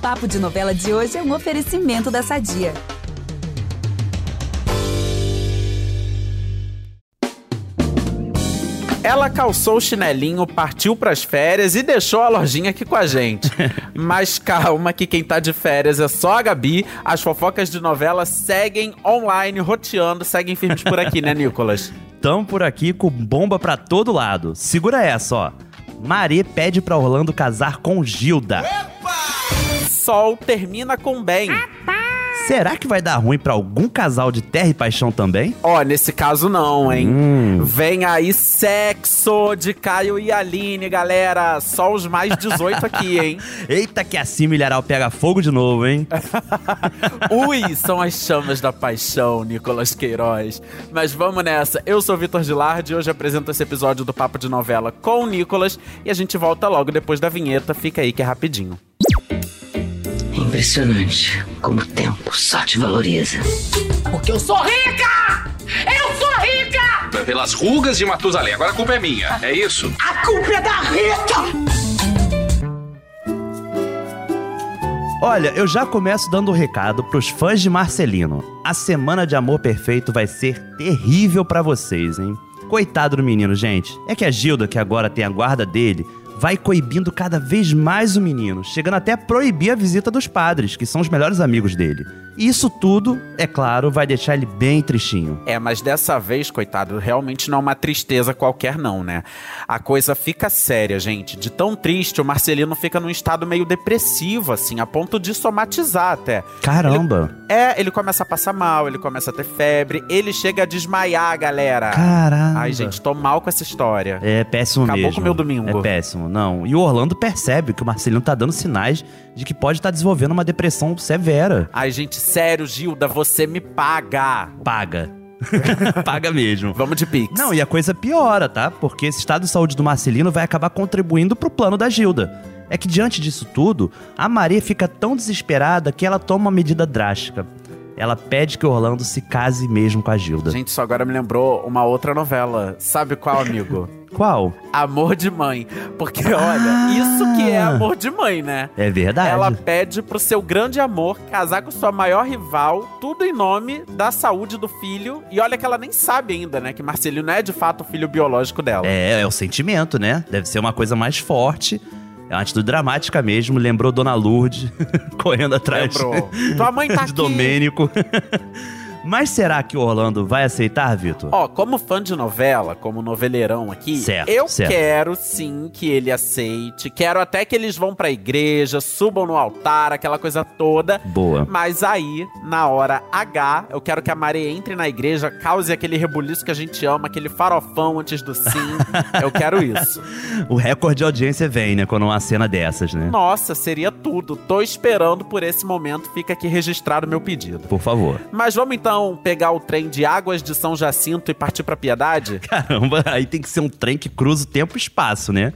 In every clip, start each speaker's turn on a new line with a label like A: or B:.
A: Papo de Novela de hoje é um oferecimento da Sadia.
B: Ela calçou o chinelinho, partiu pras férias e deixou a lojinha aqui com a gente. Mas calma que quem tá de férias é só a Gabi. As fofocas de novela seguem online, roteando, seguem firmes por aqui, né, Nicolas?
C: Tamo por aqui com bomba pra todo lado. Segura essa, ó. Maré pede pra Orlando casar com Gilda.
B: Sol termina com bem.
C: Será que vai dar ruim pra algum casal de terra e paixão também?
B: Ó, nesse caso não, hein? Vem aí sexo de Caio e Aline, galera. Só os mais 18 aqui, hein?
C: Eita, que assim milharal pega fogo de novo, hein?
B: Ui, são as chamas da paixão, Nicolas Queiroz. Mas vamos nessa. Eu sou Vitor Gilardi e hoje apresento esse episódio do Papo de Novela com o Nicolas. E a gente volta logo depois da vinheta. Fica aí que é rapidinho.
D: É impressionante como o tempo só te valoriza.
E: Porque eu sou rica! Eu sou rica!
F: pelas rugas de Matusalém. Agora a culpa é minha, é isso?
E: A culpa é da Rita!
C: Olha, eu já começo dando um recado pros fãs de Marcelino. A semana de amor perfeito vai ser terrível pra vocês, hein? Coitado do menino, gente. É que a Gilda, que agora tem a guarda dele, vai coibindo cada vez mais o menino, chegando até a proibir a visita dos padres, que são os melhores amigos dele. E isso tudo, é claro, vai deixar ele bem tristinho.
B: É, mas dessa vez, coitado, realmente não é uma tristeza qualquer, não, né? A coisa fica séria, gente. De tão triste, o Marcelino fica num estado meio depressivo, assim, a ponto de somatizar até.
C: Caramba!
B: É, ele começa a passar mal, ele começa a ter febre, ele chega a desmaiar, galera.
C: Caramba!
B: Ah, Ai, gente, tô mal com essa história.
C: É péssimo
B: Acabou
C: mesmo.
B: com o meu domingo.
C: É péssimo, não. E o Orlando percebe que o Marcelino tá dando sinais de que pode estar desenvolvendo uma depressão severa.
B: Ai, gente, sério, Gilda, você me paga.
C: Paga. Paga mesmo.
B: Vamos de Pix.
C: Não, e a coisa piora, tá? Porque esse estado de saúde do Marcelino vai acabar contribuindo pro plano da Gilda. É que diante disso tudo, a Maria fica tão desesperada que ela toma uma medida drástica. Ela pede que o Orlando se case mesmo com a Gilda.
B: Gente, isso agora me lembrou uma outra novela. Sabe qual, amigo?
C: Qual?
B: amor de mãe. Porque, olha, isso que é amor de mãe, né?
C: É verdade.
B: Ela pede pro seu grande amor casar com sua maior rival, tudo em nome da saúde do filho. E olha que ela nem sabe ainda, né? Que Marcelino é de fato o filho biológico dela.
C: É, é o sentimento, né? Deve ser uma coisa mais forte. É uma atitude dramática mesmo. Lembrou Dona Lourdes correndo atrás
B: Lembrou. Tua mãe tá
C: de
B: aqui.
C: Domênico. Mas será que o Orlando vai aceitar, Vitor?
B: Ó, como fã de novela, como noveleirão aqui,
C: Certo,
B: eu
C: certo.
B: quero sim que ele aceite. Quero até que eles vão pra igreja, subam no altar, aquela coisa toda.
C: Boa.
B: Mas aí, na hora H, eu quero que a Maré entre na igreja, cause aquele rebuliço que a gente ama, aquele farofão antes do sim. eu quero isso.
C: O recorde de audiência vem, né? Quando há uma cena dessas, né?
B: Nossa, seria tudo. Tô esperando por esse momento. Fica aqui registrado o meu pedido.
C: Por favor.
B: Mas vamos então pegar o trem de Águas de São Jacinto e partir pra Piedade?
C: Caramba, aí tem que ser um trem que cruza o tempo e espaço, né?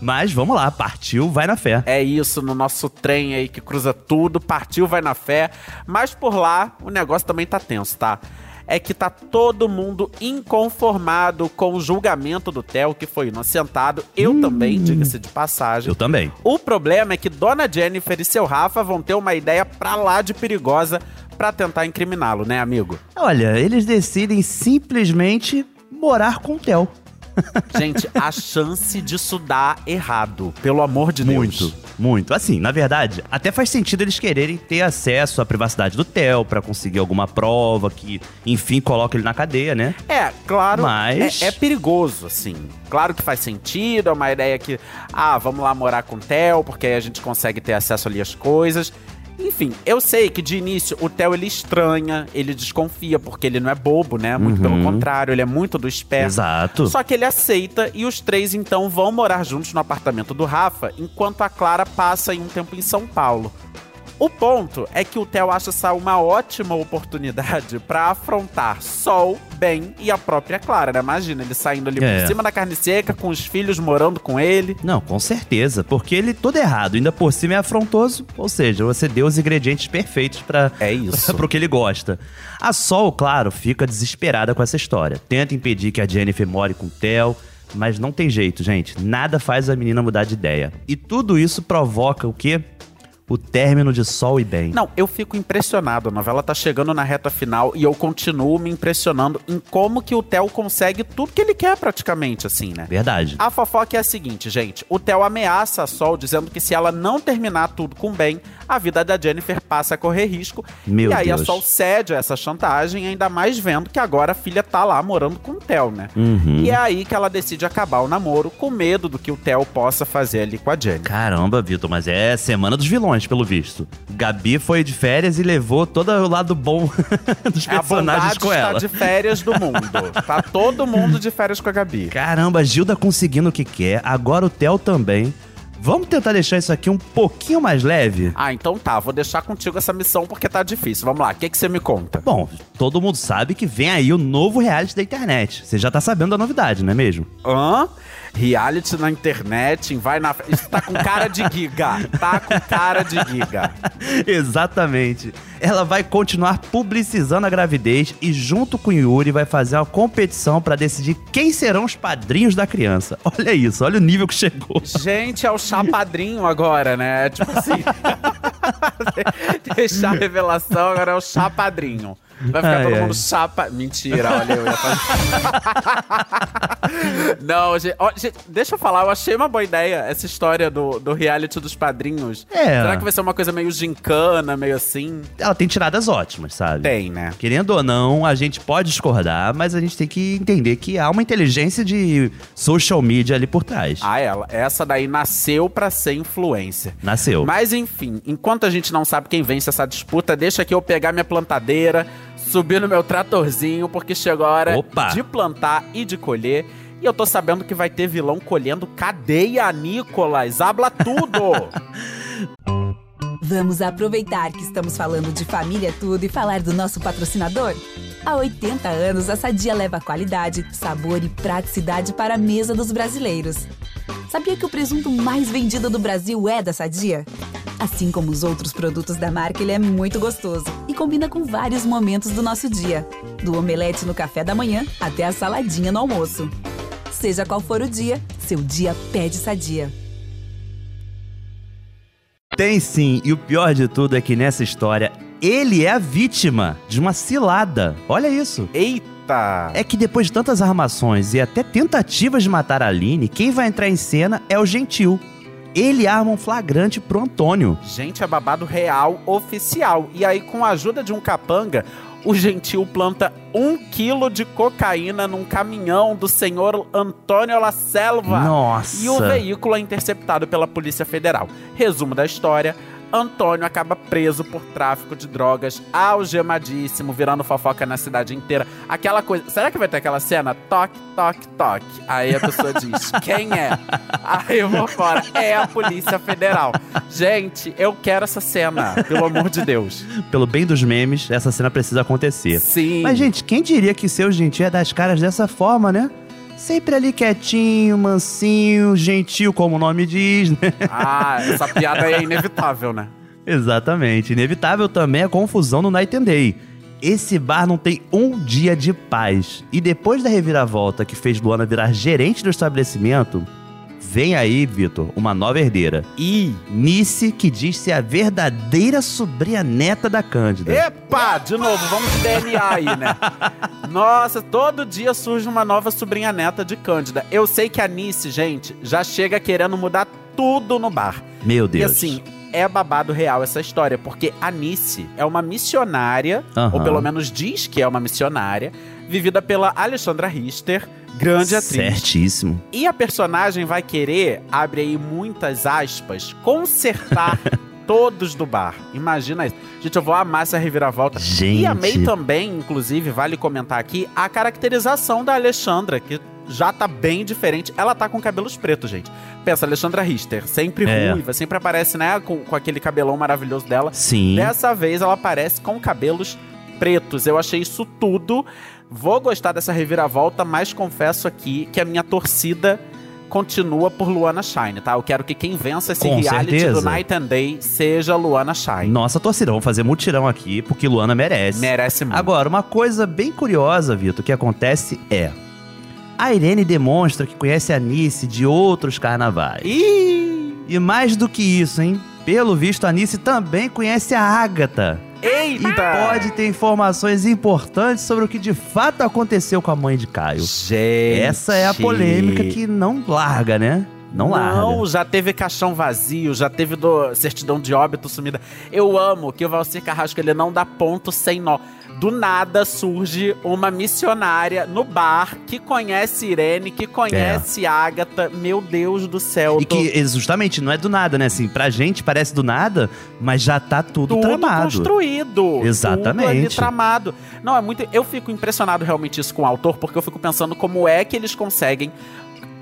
C: Mas vamos lá, partiu, vai na fé.
B: É isso, no nosso trem aí que cruza tudo, partiu, vai na fé. Mas por lá, o negócio também tá tenso, tá? É que tá todo mundo inconformado com o julgamento do Theo, que foi inocentado. Eu também, diga-se de passagem.
C: Hum. Eu também.
B: O problema é que Dona Jennifer e seu Rafa vão ter uma ideia pra lá de perigosa pra tentar incriminá-lo, né, amigo?
C: Olha, eles decidem simplesmente morar com o Theo.
B: Gente, a chance disso dar errado, pelo amor de Deus.
C: Muito, muito. Assim, na verdade, até faz sentido eles quererem ter acesso à privacidade do Theo pra conseguir alguma prova que, enfim, coloca ele na cadeia, né?
B: É, claro.
C: Mas-
B: É, é perigoso, assim. Claro que faz sentido, é uma ideia que, ah, vamos lá morar com o Theo, porque aí a gente consegue ter acesso ali às coisas. Enfim, eu sei que de início o Theo ele estranha, ele desconfia, porque ele não é bobo, né? Muito pelo
C: Uhum.
B: contrário, ele é muito do esperto.
C: Exato.
B: Só que ele aceita e os três então vão morar juntos no apartamento do Rafa, enquanto a Clara passa em um tempo em São Paulo. O ponto é que o Theo acha essa uma ótima oportunidade pra afrontar Sol, Ben e a própria Clara, né? Imagina ele saindo ali
C: É.
B: por cima da carne seca, com os filhos morando com ele.
C: Não, com certeza, porque ele todo errado, ainda por cima é afrontoso, ou seja, você deu os ingredientes perfeitos pra
B: É isso.
C: pro que ele gosta. A Sol, claro, fica desesperada com essa história. Tenta impedir que a Jennifer more com o Theo, mas não tem jeito, gente. Nada faz a menina mudar de ideia. E tudo isso provoca o quê? o término de Sol e Bem.
B: Não, eu fico impressionado. A novela tá chegando na reta final e eu continuo me impressionando em como que o Theo consegue tudo que ele quer praticamente, assim, né?
C: Verdade.
B: A fofoca é a seguinte, gente. O Theo ameaça a Sol dizendo que se ela não terminar tudo com bem, a vida da Jennifer passa a correr risco.
C: Meu
B: e aí a
C: Deus.
B: Sol cede a essa chantagem, ainda mais vendo que agora a filha tá lá morando com o Theo, né?
C: Uhum.
B: E é aí que ela decide acabar o namoro, com medo do que o Theo possa fazer ali com a Jennifer.
C: Caramba, Vitor, mas é semana dos vilões, pelo visto. Gabi foi de férias e levou todo o lado bom dos
B: A
C: personagens
B: bondade
C: com
B: está
C: ela.
B: de férias do mundo. tá todo mundo de férias com a Gabi.
C: Caramba, Gilda conseguindo o que quer, agora o Theo também. Vamos tentar deixar isso aqui um pouquinho mais leve?
B: Ah, então tá, vou deixar contigo essa missão porque tá difícil. Vamos lá, o que, que você me conta?
C: Bom, todo mundo sabe que vem aí o novo reality da internet. Você já tá sabendo da novidade, não é mesmo?
B: Hã? Reality na internet, em vai na. fe- Isso tá com cara de giga. Tá com cara de giga.
C: Exatamente. Ela vai continuar publicizando a gravidez e junto com o Yuri vai fazer uma competição pra decidir quem serão os padrinhos da criança. Olha isso, olha o nível que chegou.
B: Gente, é o chapadrinho agora, né? É Tipo assim. Deixar a revelação, agora é o chapadrinho. Vai ficar
C: Ai,
B: todo
C: ai.
B: mundo chapa. Mentira, olha, eu ia fazer. Não, gente, ó, gente, deixa eu falar, eu achei uma boa ideia essa história do, do reality dos padrinhos.
C: É.
B: Será que vai ser uma coisa meio gincana, meio assim?
C: Ela tem tiradas ótimas, sabe?
B: Tem, né?
C: Querendo ou não, a gente pode discordar, mas a gente tem que entender que há uma inteligência de social media ali por trás.
B: Ah, ela. Essa daí nasceu pra ser influencer.
C: Nasceu.
B: Mas enfim, enquanto a gente não sabe quem vence essa disputa, deixa que eu pegar minha plantadeira, subir no meu tratorzinho, porque chegou a hora
C: Opa!
B: de plantar e de colher. E eu tô sabendo que vai ter vilão colhendo cadeia, Nicolas. Habla tudo!
A: Vamos aproveitar que estamos falando de família tudo e falar do nosso patrocinador? Há 80 anos, a Sadia leva qualidade, sabor e praticidade para a mesa dos brasileiros. Sabia que o presunto mais vendido do Brasil é da Sadia? Assim como os outros produtos da marca, ele é muito gostoso e combina com vários momentos do nosso dia. Do omelete no café da manhã até a saladinha no almoço. Seja qual for o dia, seu dia pede Sadia.
C: Tem sim, e o pior de tudo é que nessa história, ele é a vítima de uma cilada. Olha isso.
B: Eita!
C: É que depois de tantas armações e até tentativas de matar a Aline, quem vai entrar em cena é o Gentil. Ele arma um flagrante pro Antônio.
B: Gente, é babado real oficial. E aí, com a ajuda de um capanga, o gentil planta um quilo de cocaína num caminhão do senhor Antônio La Selva.
C: Nossa!
B: E o veículo é interceptado pela Polícia Federal. Resumo da história: Antônio acaba preso por tráfico de drogas, algemadíssimo, virando fofoca na cidade inteira. Aquela coisa. Será que vai ter aquela cena? Toque, toque, toque. Aí a pessoa diz: quem é? Aí eu vou fora. É a Polícia Federal. Gente, eu quero essa cena, pelo amor de Deus.
C: Pelo bem dos memes, essa cena precisa acontecer.
B: Sim.
C: Mas, gente, quem diria que seu gentil é das caras dessa forma, né? Sempre ali quietinho, mansinho, gentil, como o nome diz, né?
B: Ah, essa piada aí é inevitável, né?
C: Exatamente. Inevitável também a confusão no Night and Day. Esse bar não tem um dia de paz. E depois da reviravolta que fez Luana virar gerente do estabelecimento, vem aí, Vitor, uma nova herdeira.
B: Ih.
C: Nice, que diz ser a verdadeira sobrinha-neta da Cândida.
B: É. Epa, de novo, vamos de DNA aí, né? Nossa, todo dia surge uma nova sobrinha neta de Cândida. Eu sei que a Nice, gente, já chega querendo mudar tudo no bar.
C: Meu Deus.
B: E assim, é babado real essa história, porque a Nice é uma missionária,
C: Aham.
B: ou pelo menos diz que é uma missionária, vivida pela Alexandra Richter, grande atriz.
C: Certíssimo.
B: E a personagem vai querer, abre aí muitas aspas, consertar todos do bar. Imagina isso. Gente, eu vou amar essa reviravolta.
C: Gente.
B: E amei também, inclusive, vale comentar aqui, a caracterização da Alexandra, que já tá bem diferente. Ela tá com cabelos pretos, gente. Pensa, Alexandra Richter, sempre
C: É.
B: ruiva, sempre aparece, né, com, com aquele cabelão maravilhoso dela.
C: Sim.
B: Uhum. Dessa vez ela aparece com cabelos pretos. Eu achei isso tudo. Vou gostar dessa reviravolta, mas confesso aqui que a minha torcida continua por Luana Shine, tá? Eu quero que quem vença esse
C: Com
B: reality do
C: certeza.
B: Night and Day seja Luana Shine.
C: Nossa torcida, vamos fazer mutirão aqui, porque Luana merece.
B: Merece muito.
C: Agora, uma coisa bem curiosa, Vitor, que acontece é. A Irene demonstra que conhece a Nice de outros carnavais.
B: Ih!
C: E mais do que isso, hein? Pelo visto, a Nice também conhece a Agatha. E
B: Eita!
C: pode ter informações importantes sobre o que de fato aconteceu com a mãe de Caio.
B: Gente.
C: Essa é a polêmica que não larga, né? Não larga.
B: Não, já teve caixão vazio, já teve do- certidão de óbito sumida. Eu amo que o Valcir Carrasco ele não dá ponto sem nó. Do nada surge uma missionária no bar que conhece Irene, que conhece Agatha. Meu Deus do céu.
C: É. E
B: tô-
C: que justamente não é do nada, né? Assim, pra gente parece do nada, mas já tá tudo,
B: tudo
C: tramado.
B: construído.
C: Exatamente.
B: Tudo ali tramado. Não, é muito. Eu fico impressionado realmente isso com o autor, porque eu fico pensando como é que eles conseguem.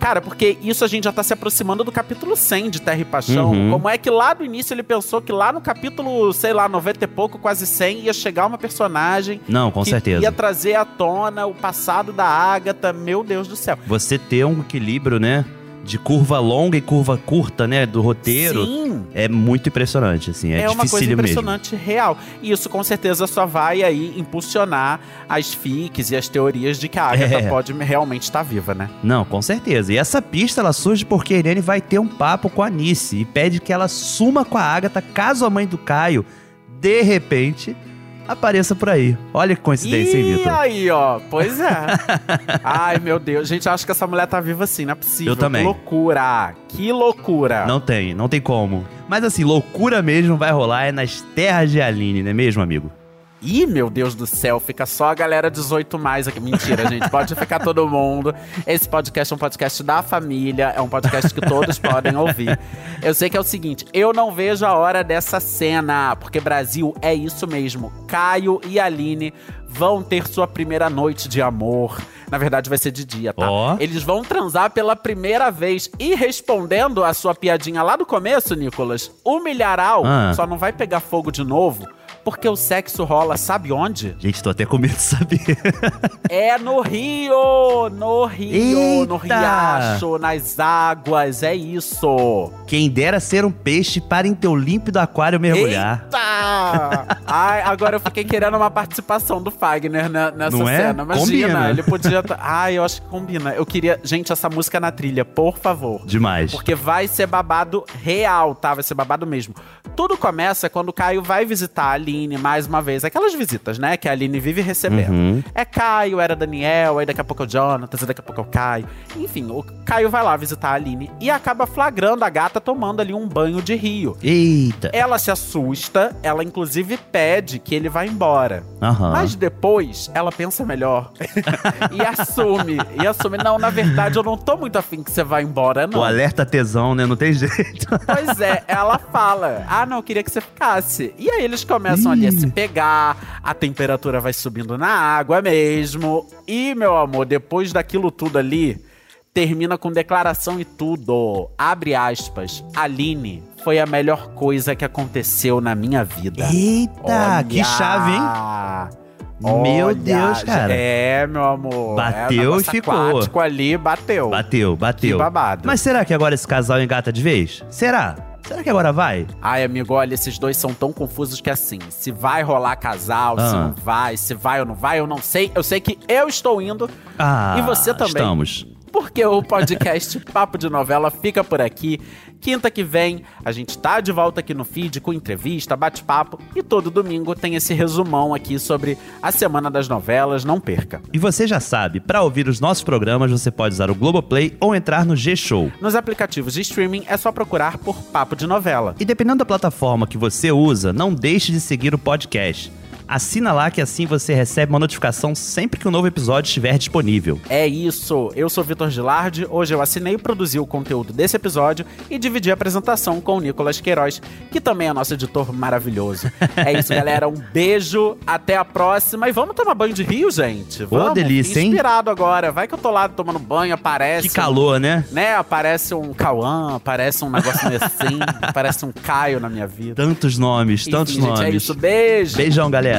B: Cara, porque isso a gente já tá se aproximando do capítulo 100 de Terra e Paixão.
C: Uhum.
B: Como é que lá no início ele pensou que lá no capítulo, sei lá, 90 e pouco, quase 100, ia chegar uma personagem
C: Não, com
B: que
C: certeza.
B: ia trazer à tona o passado da Agatha. Meu Deus do céu.
C: Você ter um equilíbrio, né? De curva longa e curva curta, né? Do roteiro.
B: Sim.
C: É muito impressionante, assim. É,
B: É, uma coisa
C: dificílio mesmo.
B: impressionante, real. E isso com certeza só vai aí impulsionar as fics e as teorias de que a Agatha
C: É.
B: pode realmente estar viva, né?
C: Não, com certeza. E essa pista ela surge porque a Irene vai ter um papo com a Nice e pede que ela suma com a Agatha caso a mãe do Caio, de repente, apareça por aí. Olha que coincidência, hein,
B: e
C: Vitor?
B: aí, ó, pois é. Ai, meu Deus. Gente, eu acho que essa mulher tá viva sim, não é possível.
C: Eu também.
B: Que loucura, que loucura.
C: Não tem, não tem como. Mas assim, loucura mesmo vai rolar é nas terras de Aline, não é mesmo, amigo?
B: Ih, meu Deus do céu, fica só a galera 18 mais aqui. Mentira, gente, pode ficar todo mundo. Esse podcast é um podcast da família, é um podcast que todos podem ouvir. Eu sei que é o seguinte, eu não vejo a hora dessa cena, porque Brasil é isso mesmo. Caio e Aline vão ter sua primeira noite de amor. Na verdade, vai ser de dia, tá?
C: Ó.
B: Eles vão transar pela primeira vez. E respondendo a sua piadinha lá do começo, Nicolas, o milharal
C: Ah.
B: só não vai pegar fogo de novo porque o sexo rola, sabe onde?
C: Gente, tô até com medo de saber.
B: É no rio! No rio, no
C: Eita!
B: riacho, nas águas, é isso!
C: Quem dera ser um peixe para em teu límpido aquário mergulhar.
B: Eita! Ai, agora eu fiquei querendo uma participação do Fagner na- nessa
C: Não é?
B: cena. Imagina,
C: Combina.
B: ele podia. tá- Ai, eu acho que combina. Eu queria. Gente, essa música na trilha, por favor.
C: Demais.
B: Porque vai ser babado real, tá? Vai ser babado mesmo. Tudo começa quando o Caio vai visitar a Aline mais uma vez. Aquelas visitas, né? Que a Aline vive recebendo.
C: Uhum.
B: É Caio, era Daniel, aí daqui a pouco é o Jonathan, aí daqui a pouco é o Caio. Enfim, o Caio vai lá visitar a Aline e acaba flagrando a gata tomando ali um banho de rio.
C: Eita.
B: Ela se assusta, ela inclusive pede que ele vá embora.
C: Aham.
B: Mas depois ela pensa melhor e assume. E assume, não, na verdade eu não tô muito afim que você vá embora, não.
C: O alerta tesão, né? Não tem jeito.
B: Pois é, ela fala: Ah, não, eu queria que você ficasse. E aí eles começam ali a se pegar, a temperatura vai subindo na água mesmo. E, meu amor, depois daquilo tudo ali, termina com declaração e tudo. Abre aspas. Aline foi a melhor coisa que aconteceu na minha vida.
C: Eita,
B: Olha!
C: que chave, hein? Meu
B: Olha,
C: Deus, cara.
B: É, meu amor.
C: Bateu
B: é um
C: e
B: negócio
C: ficou.
B: aquático ali, bateu.
C: Bateu,
B: Que
C: bateu.
B: babado.
C: Mas será que agora esse casal engata de vez? Será? Será que agora vai?
B: Ai, amigo, olha, esses dois são tão confusos que assim, se vai rolar casal, se
C: Ah.
B: não vai, se vai ou não vai, eu não sei. Eu sei que eu estou indo,
C: Ah,
B: E você também.
C: Estamos.
B: porque o podcast Papo de Novela fica por aqui. Quinta que vem, a gente tá de volta aqui no feed com entrevista, bate-papo, e todo domingo tem esse resumão aqui sobre a Semana das Novelas, não perca.
C: E você já sabe, pra ouvir os nossos programas, você pode usar o Globoplay ou entrar no G-Show.
B: Nos aplicativos de streaming é só procurar por Papo de Novela.
C: E dependendo da plataforma que você usa, não deixe de seguir o podcast. Assina lá que assim você recebe uma notificação sempre que um novo episódio estiver disponível.
B: É isso! Eu sou Vitor Gilardi, hoje eu assinei e produzi o conteúdo desse episódio e dividi a apresentação com o Nicolas Queiroz, que também é nosso editor maravilhoso. É isso, galera. Um beijo, até a próxima e vamos tomar banho de rio, gente. Vamos.
C: delícia, hein?
B: Inspirado agora. Vai que eu tô lá tomando banho, aparece.
C: Que calor, né?
B: Né? Aparece um Cauã, aparece um negócio meio assim, aparece um Caio na minha vida.
C: Tantos nomes, tantos
B: Enfim,
C: nomes.
B: gente, é isso. Beijo!
C: Beijão, galera.